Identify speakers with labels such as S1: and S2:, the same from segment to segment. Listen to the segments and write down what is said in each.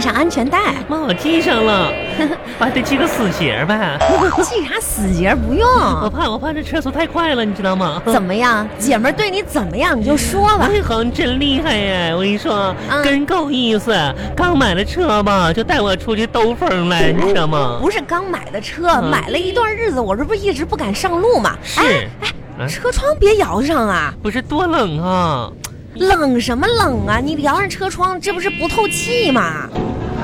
S1: 上安全带。
S2: 妈，我系上了， 我还得系个死结呗。
S1: 系啥死结？不用。
S2: 我怕我怕这车速太快了，你知道吗？
S1: 怎么样，姐们儿对你怎么样，你就说吧。
S2: 魏恒真厉害呀！我跟你说，
S1: 嗯
S2: 真够意思。刚买了车吧，就带我出去兜风来，
S1: 嗯
S2: 你知道吗？
S1: 不是刚买的车，
S2: 嗯
S1: 买了一段日子，我这不一直不敢上路吗？
S2: 是，啊
S1: 车窗别摇上啊！
S2: 不是多冷啊！
S1: 冷什么冷啊？你摇上车窗，这不是不透气吗？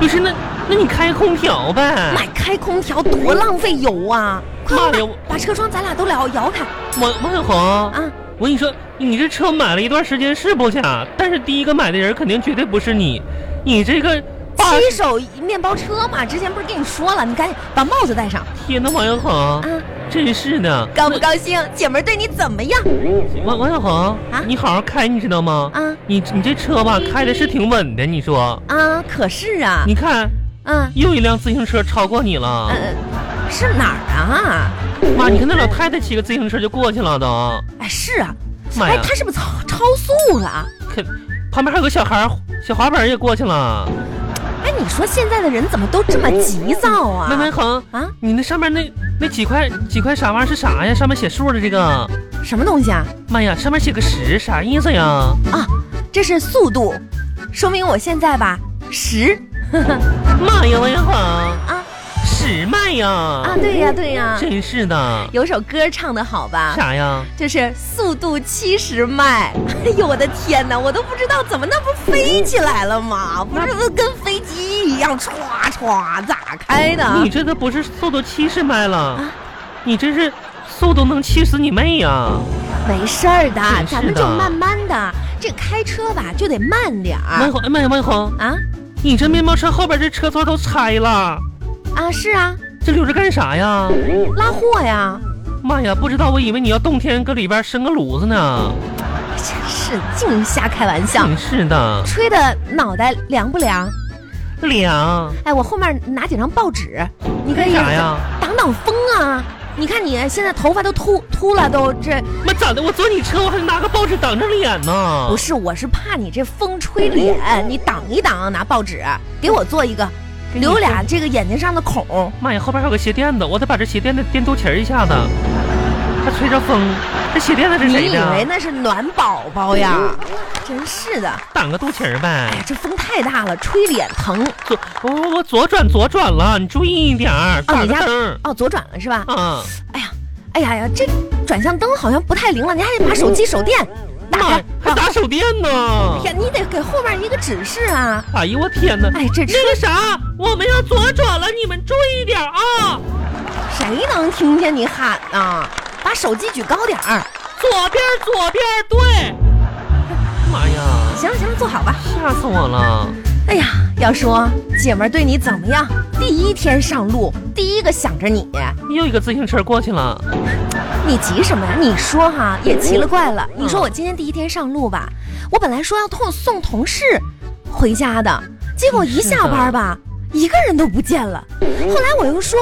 S2: 不是那，那你开空调呗。
S1: 买开空调多浪费油啊！快
S2: 妈
S1: 快
S2: 呀
S1: 快，把车窗咱俩都摇摇开
S2: 王王小红啊，
S1: 啊！
S2: 我跟你说，你这车买了一段时间是不假，但是第一个买的人肯定绝对不是你，你这个八
S1: 骑手面包车嘛，之前不是跟你说了，你赶紧把帽子戴上
S2: 天呐，王小红，
S1: 啊！
S2: 真是的，
S1: 高不高兴？姐们儿对你怎么样
S2: 王王小红，
S1: 啊
S2: 你好好开，你知道吗？
S1: 啊
S2: 你你这车吧，开的是挺稳的，你说，
S1: 啊？可是啊，
S2: 你看
S1: 嗯
S2: 又一辆自行车超过你了，
S1: 呃，是哪儿啊？
S2: 妈，你看那老太太骑个自行车就过去了都，
S1: 哎，是啊，
S2: 妈
S1: 哎
S2: 呀，，
S1: 他是不是超超速了？啊
S2: 可旁边还有个小孩儿，小滑板也过去了，
S1: 哎，你说现在的人怎么都这么
S2: 哦
S1: 急躁啊？
S2: 那王小红。
S1: 啊，
S2: 你那上面那那几块几块啥玩意儿是啥呀？上面写数的这个，
S1: 什么东西啊？
S2: 妈呀，上面写个十，啥意思呀？
S1: 啊，这是速度，说明我现在吧十
S2: 妈呀，王小红，
S1: 啊
S2: 十迈呀！
S1: 啊，哎对呀、对呀、
S2: 真是的，
S1: 有首歌唱的好吧？
S2: 啥呀？
S1: 就是速度七十迈， 哎呦我的天哪，我都不知道怎么那不飞起来了吗？不是都跟飞机一样歘歘咋开的？
S2: 你这都不是速度七十迈了
S1: 啊，
S2: 你这是速度能气死你妹呀！
S1: 没事儿的，
S2: 真是的
S1: 咱们就慢慢的，这开车吧就得慢点
S2: 王
S1: 儿
S2: 小红，哎妈呀，王小红，
S1: 啊
S2: 你这面包车后边这车座都拆了，
S1: 啊是啊，
S2: 这留着干啥呀？
S1: 拉货呀，
S2: 妈呀，不知道，我以为你要冬天搁里边生个炉子呢。
S1: 真是净瞎开玩笑，
S2: 真是的，
S1: 吹的脑袋凉不凉？
S2: 凉，
S1: 哎，我后面拿几张报纸，你可以
S2: 干啥呀
S1: 挡挡风啊！你看你现在头发都秃秃了，都这
S2: 妈咋的？我坐你车我还拿个报纸挡着脸呢。
S1: 不是，我是怕你这风吹脸，你挡一挡，拿报纸给我做一个，
S2: 哦给你
S1: 留俩这个眼睛上的孔。
S2: 妈呀，后边还有个鞋垫子，我得把这鞋垫子垫肚脐儿一下子，还吹着风。这鞋垫子是
S1: 你
S2: 谁
S1: 以为
S2: 的？
S1: 那是暖宝宝呀？真是的，
S2: 挡个肚脐儿呗
S1: 哎。呀，这风太大了，吹脸疼。
S2: 左，我我我左转左转了，你注意一点儿，
S1: 哦，
S2: 打
S1: 你
S2: 个
S1: 家
S2: 灯儿。
S1: 哦左转了是吧？
S2: 啊，
S1: 哎呀，哎呀呀，这转向灯好像不太灵了，你还得把手机手电打
S2: 妈
S1: 开
S2: 呀。，还打手电呢！
S1: 哎呀，你得给后面一个指示啊！
S2: 哎呦我天哪！
S1: 哎，这车
S2: 那个啥，我们要左转了，你们注意点儿啊！
S1: 谁能听见你喊呢、把手机举高点儿。
S2: 左边儿左边儿，对。妈呀，
S1: 行了行了，坐好吧。
S2: 吓死我了！
S1: 哎呀，要说姐们儿对你怎么样？第一天上路，第一个想着你，
S2: 又一个自行车过去了。
S1: 你急什么呀？你说哈、也奇
S2: 嗯
S1: 了怪了。你说我今天第一天上路吧，我本来说要送送同事回家的，结果一下班吧，一个人都不见了。后来我又说，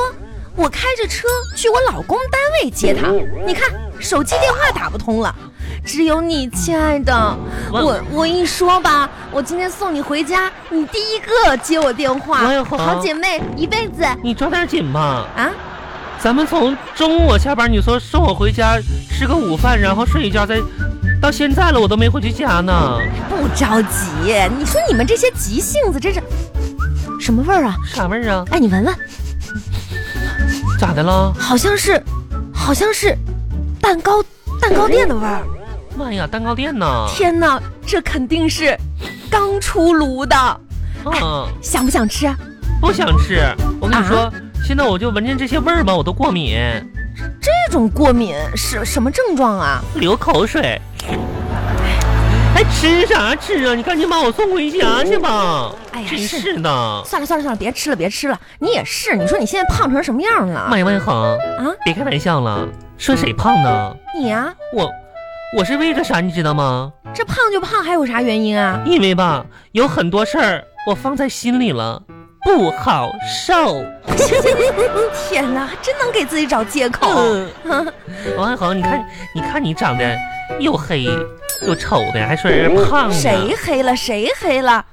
S1: 我开着车去我老公单位接他，你看手机电话打不通了。只有你，亲爱的，
S2: 我
S1: 我我一说吧，我今天送你回家，你第一个接我电话
S2: 我也，好
S1: 好姐妹，一辈子
S2: 你抓点紧吧，
S1: 啊！
S2: 咱们从中午我下班，你说送我回家吃个午饭，然后睡一觉，再到现在了，我都没回去家呢。
S1: 不着急，你说你们这些急性子真是什么味儿啊？
S2: 啥味儿啊？
S1: 哎，你闻闻，
S2: 咋的了？
S1: 好像是，好像是蛋糕蛋糕店的味儿。
S2: 妈呀，蛋糕店呢？
S1: 天哪，这肯定是刚出炉的，
S2: 嗯，
S1: 想不想吃？啊
S2: 不想吃。我跟你说，现在我就闻见这些味儿吧，我都过敏，
S1: 这种过敏是什么症状啊？
S2: 流口水。
S1: 哎
S2: 还吃啥吃啊？你赶紧把我送回家去吧！
S1: 哎呀
S2: 真
S1: 是
S2: 是的。
S1: 算了算了算了，别吃了别吃了，你也是，你说你现在胖成什么样了
S2: 妈呀，万恒，
S1: 啊？
S2: 别开玩笑了，说谁胖呢？
S1: 你啊，
S2: 我，我是为了啥，你知道吗？
S1: 这胖就胖，还有啥原因啊？
S2: 因为吧，有很多事儿我放在心里了，不好受。
S1: 天哪，还真能给自己找借口。啊
S2: 嗯，王爱恒，你看，你看你长得又黑又丑的，还说人家胖呢。
S1: 谁黑了谁黑了？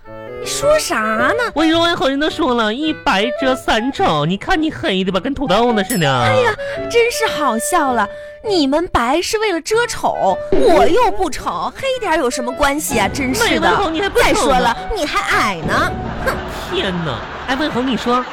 S1: 你说啥呢？
S2: 我跟你说，我好人都说了，一白遮三丑，你看你黑的吧，跟土豆子似的。哎呀，
S1: 真是好笑了！你们白是为了遮丑，我又不丑，黑点儿有什么关系啊？真是
S2: 魏文
S1: 的。
S2: 宏你还不
S1: 再
S2: 丑
S1: 说
S2: 呢
S1: 了，，你还矮呢。
S2: 天哪！哎，魏恒，你说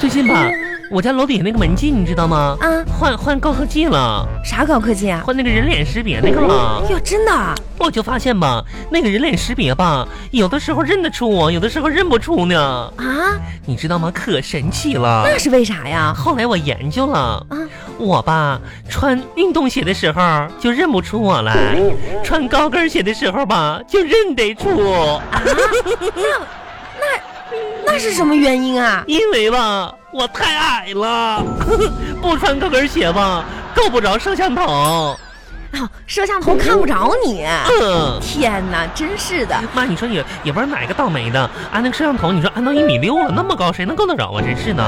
S2: 最近吧，我家楼底下那个门禁你知道吗？
S1: 啊，
S2: 换换高科技了，
S1: 啥高科技啊？
S2: 换那个人脸识别那个了。
S1: 哟，真的啊？
S2: 我就发现吧，那个人脸识别吧，有的时候认得出我，有的时候认不出呢。
S1: 啊
S2: 你知道吗？可神奇了。
S1: 那是为啥呀？
S2: 后来我研究了，
S1: 啊，
S2: 我吧穿运动鞋的时候就认不出我来，
S1: 嗯
S2: 穿高跟鞋的时候吧就认得出我，
S1: 啊那是什么原因啊？
S2: 因为吧我太矮了， 不穿高跟鞋吧够不着摄像头。
S1: 啊，摄像头看不着你。
S2: 嗯，
S1: 天哪，真是的。
S2: 妈，你说也也不知道哪个倒霉的，啊安那个摄像头，你说安到一米六了，那么高谁能够得着啊？真是的。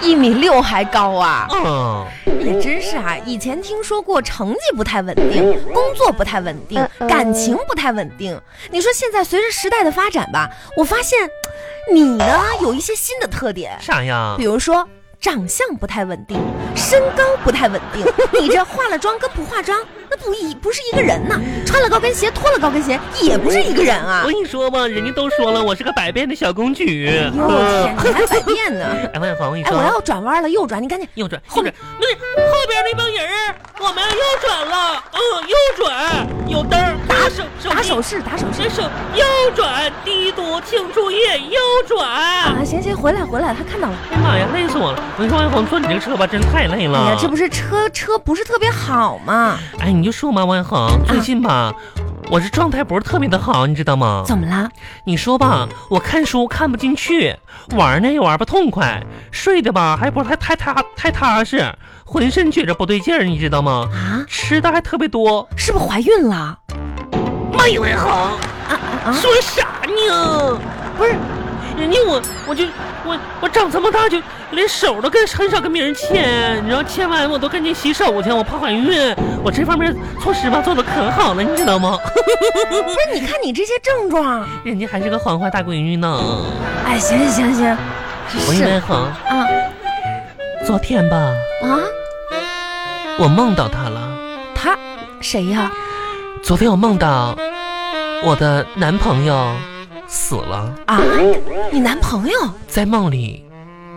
S1: 一米六还高啊！
S2: 嗯，
S1: 也真是啊，以前听说过成绩不太稳定，工作不太稳定，感情不太稳定。你说现在随着时代的发展吧，我发现你呢有一些新的特点，
S2: 啥呀
S1: 比？如说长相不太稳定，身高不太稳定。你这化了妆跟不化妆那不一不是一个人呐、穿了高跟鞋脱了高跟鞋也不是一个人啊
S2: 我。跟你说吧，人家都说了，我是个百变的小公举。
S1: 哟天，你还百变呢！
S2: 哎，万芳，我跟你
S1: 哎，
S2: 说，
S1: 我要转弯了，右转，你赶紧。
S2: 右转，
S1: 后
S2: 右转，那后边那帮人儿，我们要右转了，嗯，右转，有灯儿，打手手
S1: 打
S2: 机
S1: 手，势，打手势
S2: 这。手右转，低读请注意，右转。
S1: 啊，行行，回来回来，他看到了。
S2: 哎呀妈呀，累死我了！我跟你说，万红，坐你这个车吧，真太累了。
S1: 哎呀，这不是车车不是特别好吗？
S2: 哎，你就说嘛，万恒，
S1: 啊
S2: 最近吧，我这状态不是特别的好，你知道吗？
S1: 怎么了？
S2: 你说吧，我看书看不进去，玩儿呢又玩儿不痛快，睡的吧还不是还太踏太踏实，浑身觉着不对劲儿，你知道吗？
S1: 啊，
S2: 吃的还特别多。
S1: 是不是怀孕了？啊
S2: 妈呀，文恒，
S1: 啊啊！
S2: 说啥呢？
S1: 不是，
S2: 人家我我就我我长这么大就连手都跟很少跟别人牵，然后牵完我都赶紧洗手去，我怕怀孕。我这方面措施吧做的可好了，你知 道吗？
S1: 不是，你看你这些症状。
S2: 人家还是个黄花大闺女呢。
S1: 哎，行行行行，
S2: 我跟
S1: 是
S2: 文恒，
S1: 啊
S2: 昨天吧，
S1: 啊，
S2: 我梦到她了。
S1: 他谁呀？
S2: 昨天我梦到我的男朋友死了，
S1: 啊，你男朋友？
S2: 在梦里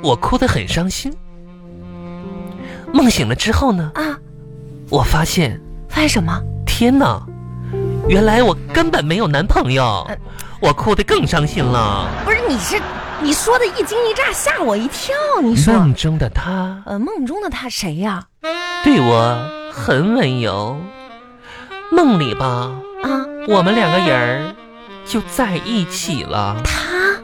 S2: 我哭得很伤心。梦醒了之后呢，
S1: 啊，
S2: 我发现，
S1: 发现什么？
S2: 天哪，原来我根本没有男朋友
S1: 呃，
S2: 我哭得更伤心了。
S1: 不是，你是你说的一惊一乍，吓我一跳。你说，
S2: 梦中的他
S1: 呃，梦中的他谁呀？
S2: 对我很温柔，梦里吧，
S1: 啊，
S2: 我们两个人儿就在一起了，
S1: 他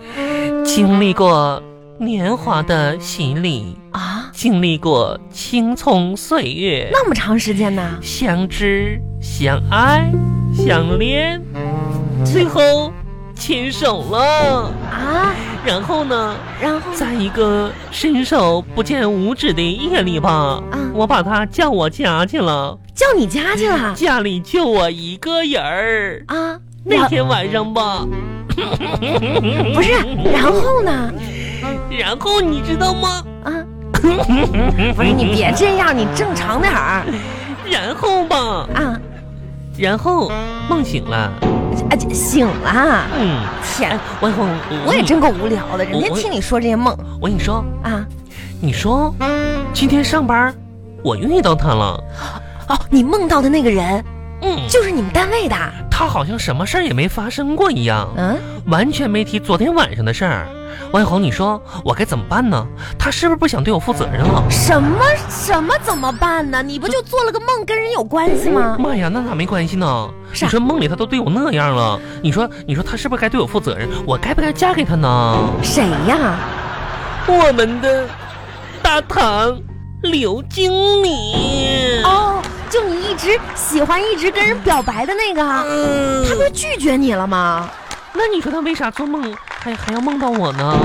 S2: 经历过年华的洗礼，
S1: 啊，
S2: 经历过青葱岁月，
S1: 那么长时间呢？
S2: 相知、相爱、相恋，最后牵手了。
S1: 啊，
S2: 然后呢，
S1: 然后呢
S2: 在一个伸手不见五指的夜里吧，
S1: 嗯
S2: 我把他叫我家去了，
S1: 叫你家去了
S2: 家里就我一个人儿。
S1: 啊？
S2: 那天晚上吧，
S1: 不是，然后呢？
S2: 然后你知道吗？
S1: 啊， 不是你别这样，你正常点儿
S2: 然后吧，
S1: 啊！
S2: 然后梦醒了，
S1: 啊，这醒了，
S2: 嗯，
S1: 天
S2: 哎，，我我
S1: 我也，真够无聊的，人家
S2: 我
S1: 听你说这些梦
S2: 我跟你说，
S1: 啊。
S2: 你说今天上班我遇到他了，
S1: 哦，你梦到的那个人
S2: 嗯，
S1: 就是你们单位的？啊
S2: 他好像什么事儿也没发生过一样，
S1: 嗯，
S2: 完全没提昨天晚上的事儿。王小红，你说我该怎么办呢？他是不是不想对我负责任了？
S1: 什么什么怎么办呢？你不就做了个梦，跟人有关系吗？
S2: 妈呀，那咋没关系呢？
S1: 是啊
S2: 你说梦里他都对我那样了，你说你说他是不是该对我负责任？我该不该嫁给他呢？
S1: 谁呀？
S2: 我们的大堂刘经理，
S1: 哦，就你一直喜欢、一直跟人表白的那个，啊
S2: 嗯
S1: 他不是拒绝你了吗？
S2: 那你说他为啥做梦还还要梦到我呢？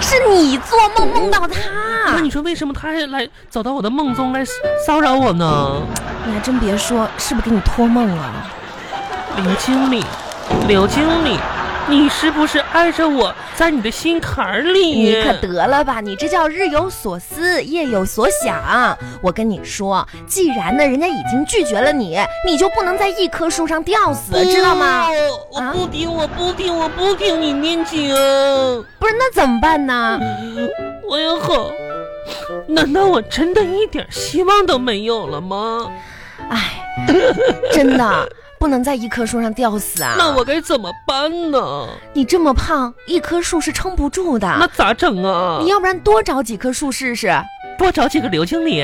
S1: 是你做梦梦到他啊
S2: 那。你说为什么他还来走到我的梦中来骚扰我呢？
S1: 你还真别说，是不是给你托梦了？
S2: 刘经理，刘经理，你是不是爱着我，在你的心坎儿
S1: 你
S2: 里？
S1: 可得了吧，你这叫日有所思，夜有所想。我跟你说，既然呢人家已经拒绝了你，你就不能在一棵树上吊
S2: 嗯
S1: 死，知道吗？
S2: 不？我
S1: 啊
S2: 不听，我不听，我不听你啊念经，我
S1: 不是，那怎么办呢？
S2: 也好。难道我真的一点希望都没有了吗？
S1: 哎，真的不能在一棵树上吊死啊！
S2: 那我该怎么办呢？
S1: 你这么胖，一棵树是撑不住
S2: 那
S1: 的。
S2: 咋整啊
S1: 你？要不然多找几棵树试试？
S2: 多找几个刘经理，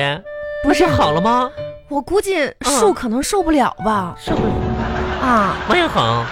S2: 不是好嗯了吗？
S1: 我估计树可能受不了吧？
S2: 是不是？
S1: 啊，
S2: 王彦恒，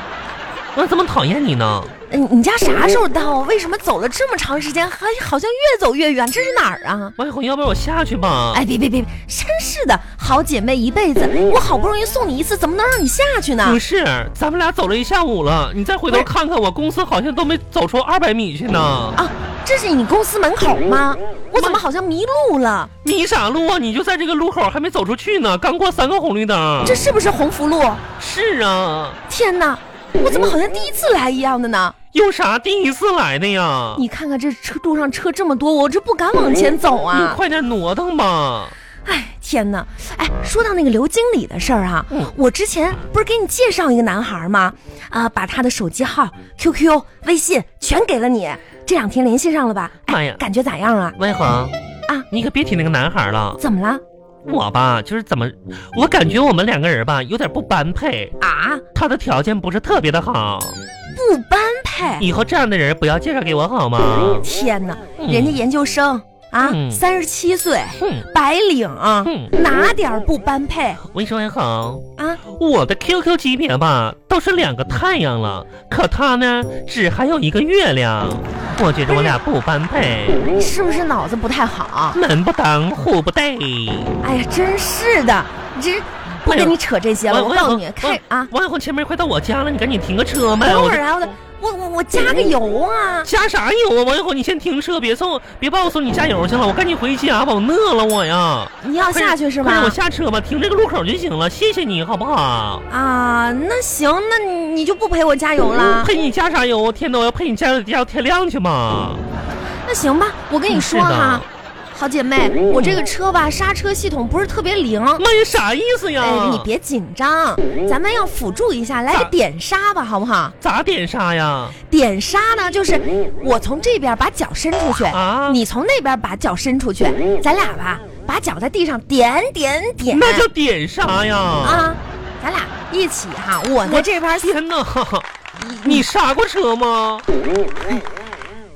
S2: 我怎么讨厌你呢？
S1: 嗯你家啥时候到啊？为什么走了这么长时间，还好像越走越远？这是哪儿啊？
S2: 王彦恒，要不然我下去吧？
S1: 哎，别别别，别真是的，好姐妹一辈子，我好不容易送你一次，怎么能让你下去呢
S2: 不？是，咱们俩走了一下午了，你再回头看看我公司好像都没走出二百米去呢。
S1: 啊，这是你公司门口吗？我怎么好像迷路了？
S2: 迷啥路啊？你就在这个路口还没走出去呢，刚过三个红绿灯。
S1: 这是不是鸿福路？
S2: 是啊，
S1: 天哪，我怎么好像第一次来一样的呢？
S2: 有啥第一次来的呀？
S1: 你看看这车路上车这么多，我这不敢往前走
S2: 你
S1: 啊！
S2: 快点挪腾吧。
S1: 哎，天哪！哎，说到那个刘经理的事儿啊，
S2: 嗯
S1: 我之前不是给你介绍一个男孩吗？啊，把他的手机号、QQ、微信全给了你，这两天联系上了吧？哎，
S2: 妈呀
S1: 感觉咋样啊？
S2: 王彦恒，
S1: 啊，
S2: 你可别提那个男孩了。
S1: 怎么了？
S2: 我吧，就是怎么，我感觉我们两个人吧有点不般配，
S1: 啊，
S2: 他的条件不是特别的好。
S1: 不般配！
S2: 以后这样的人不要介绍给我好吗？
S1: 天哪，
S2: 嗯
S1: 哎人家研究生啊
S2: 嗯，
S1: 三十七岁，
S2: 哼
S1: 白领，
S2: 哼，
S1: 哪点儿不般配
S2: 我跟你说，王彦恒。
S1: 啊？
S2: 我的 QQ 级别吧，都是两个太阳了，可他呢，只还有一个月亮。我觉着我俩不般配，
S1: 你是不是脑子不太好？
S2: 门不当户不对。
S1: 哎呀，真是的，你这不
S2: 哎呦
S1: 跟你扯这些了。我告诉你，开啊，
S2: 王小红前面快到我家了，你赶紧停个车呗。
S1: 等
S2: 哎我
S1: 会儿啊，我我我我加个油啊！
S2: 加啥油啊？王小红，你先停车，别送，别把我送你加油去了，我赶紧回家吧，我饿了我呀。
S1: 你要下去是
S2: 快让
S1: 吧
S2: 哎我？下车吧，停这个路口就行了。谢谢你好不好？
S1: 啊，那行，那你你就不陪我加油啦？
S2: 陪你加啥油？天哪，我要陪你加油加到天亮去嘛。
S1: 那行吧，我跟你说
S2: 哎是的
S1: 哈，好姐妹，我这个车吧，刹车系统不是特别灵。
S2: 妈呀，啥意思呀？
S1: 哎，你别紧张，咱们要辅助一下，来个
S2: 哦咋
S1: 点刹吧，好不好？
S2: 咋点刹呀？
S1: 点刹呢，就是我从这边把脚伸出去，
S2: 啊
S1: 你从那边把脚伸出去，咱俩吧，把脚在地上点点点，
S2: 那叫点刹呀！啊，
S1: 啊，咱俩一起哈，我在这边
S2: 天哪，你刹过车吗？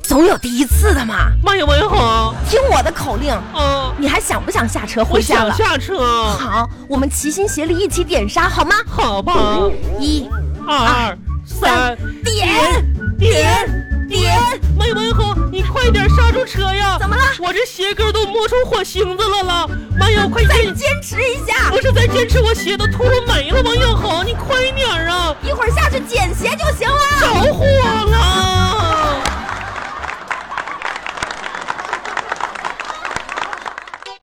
S1: 总有第一次的嘛，
S2: 妈呀，文恒
S1: 听我的口令，
S2: 啊，
S1: 你还想不想下车
S2: 我
S1: 回家
S2: 想
S1: 了？
S2: 下车，
S1: 好，我们齐心协力一起点刹，好吗？
S2: 好吧，
S1: 一
S2: 二三，
S1: 点点点，
S2: 妈呀，文恒，你快点刹住车呀！
S1: 怎么了？
S2: 我这鞋跟都磨出火星子了了！妈呀，快
S1: 再
S2: 点！
S1: 坚持一下，
S2: 不是再坚持，我鞋都秃噜没了！王永恒，你快点儿啊！
S1: 一会儿下去捡鞋就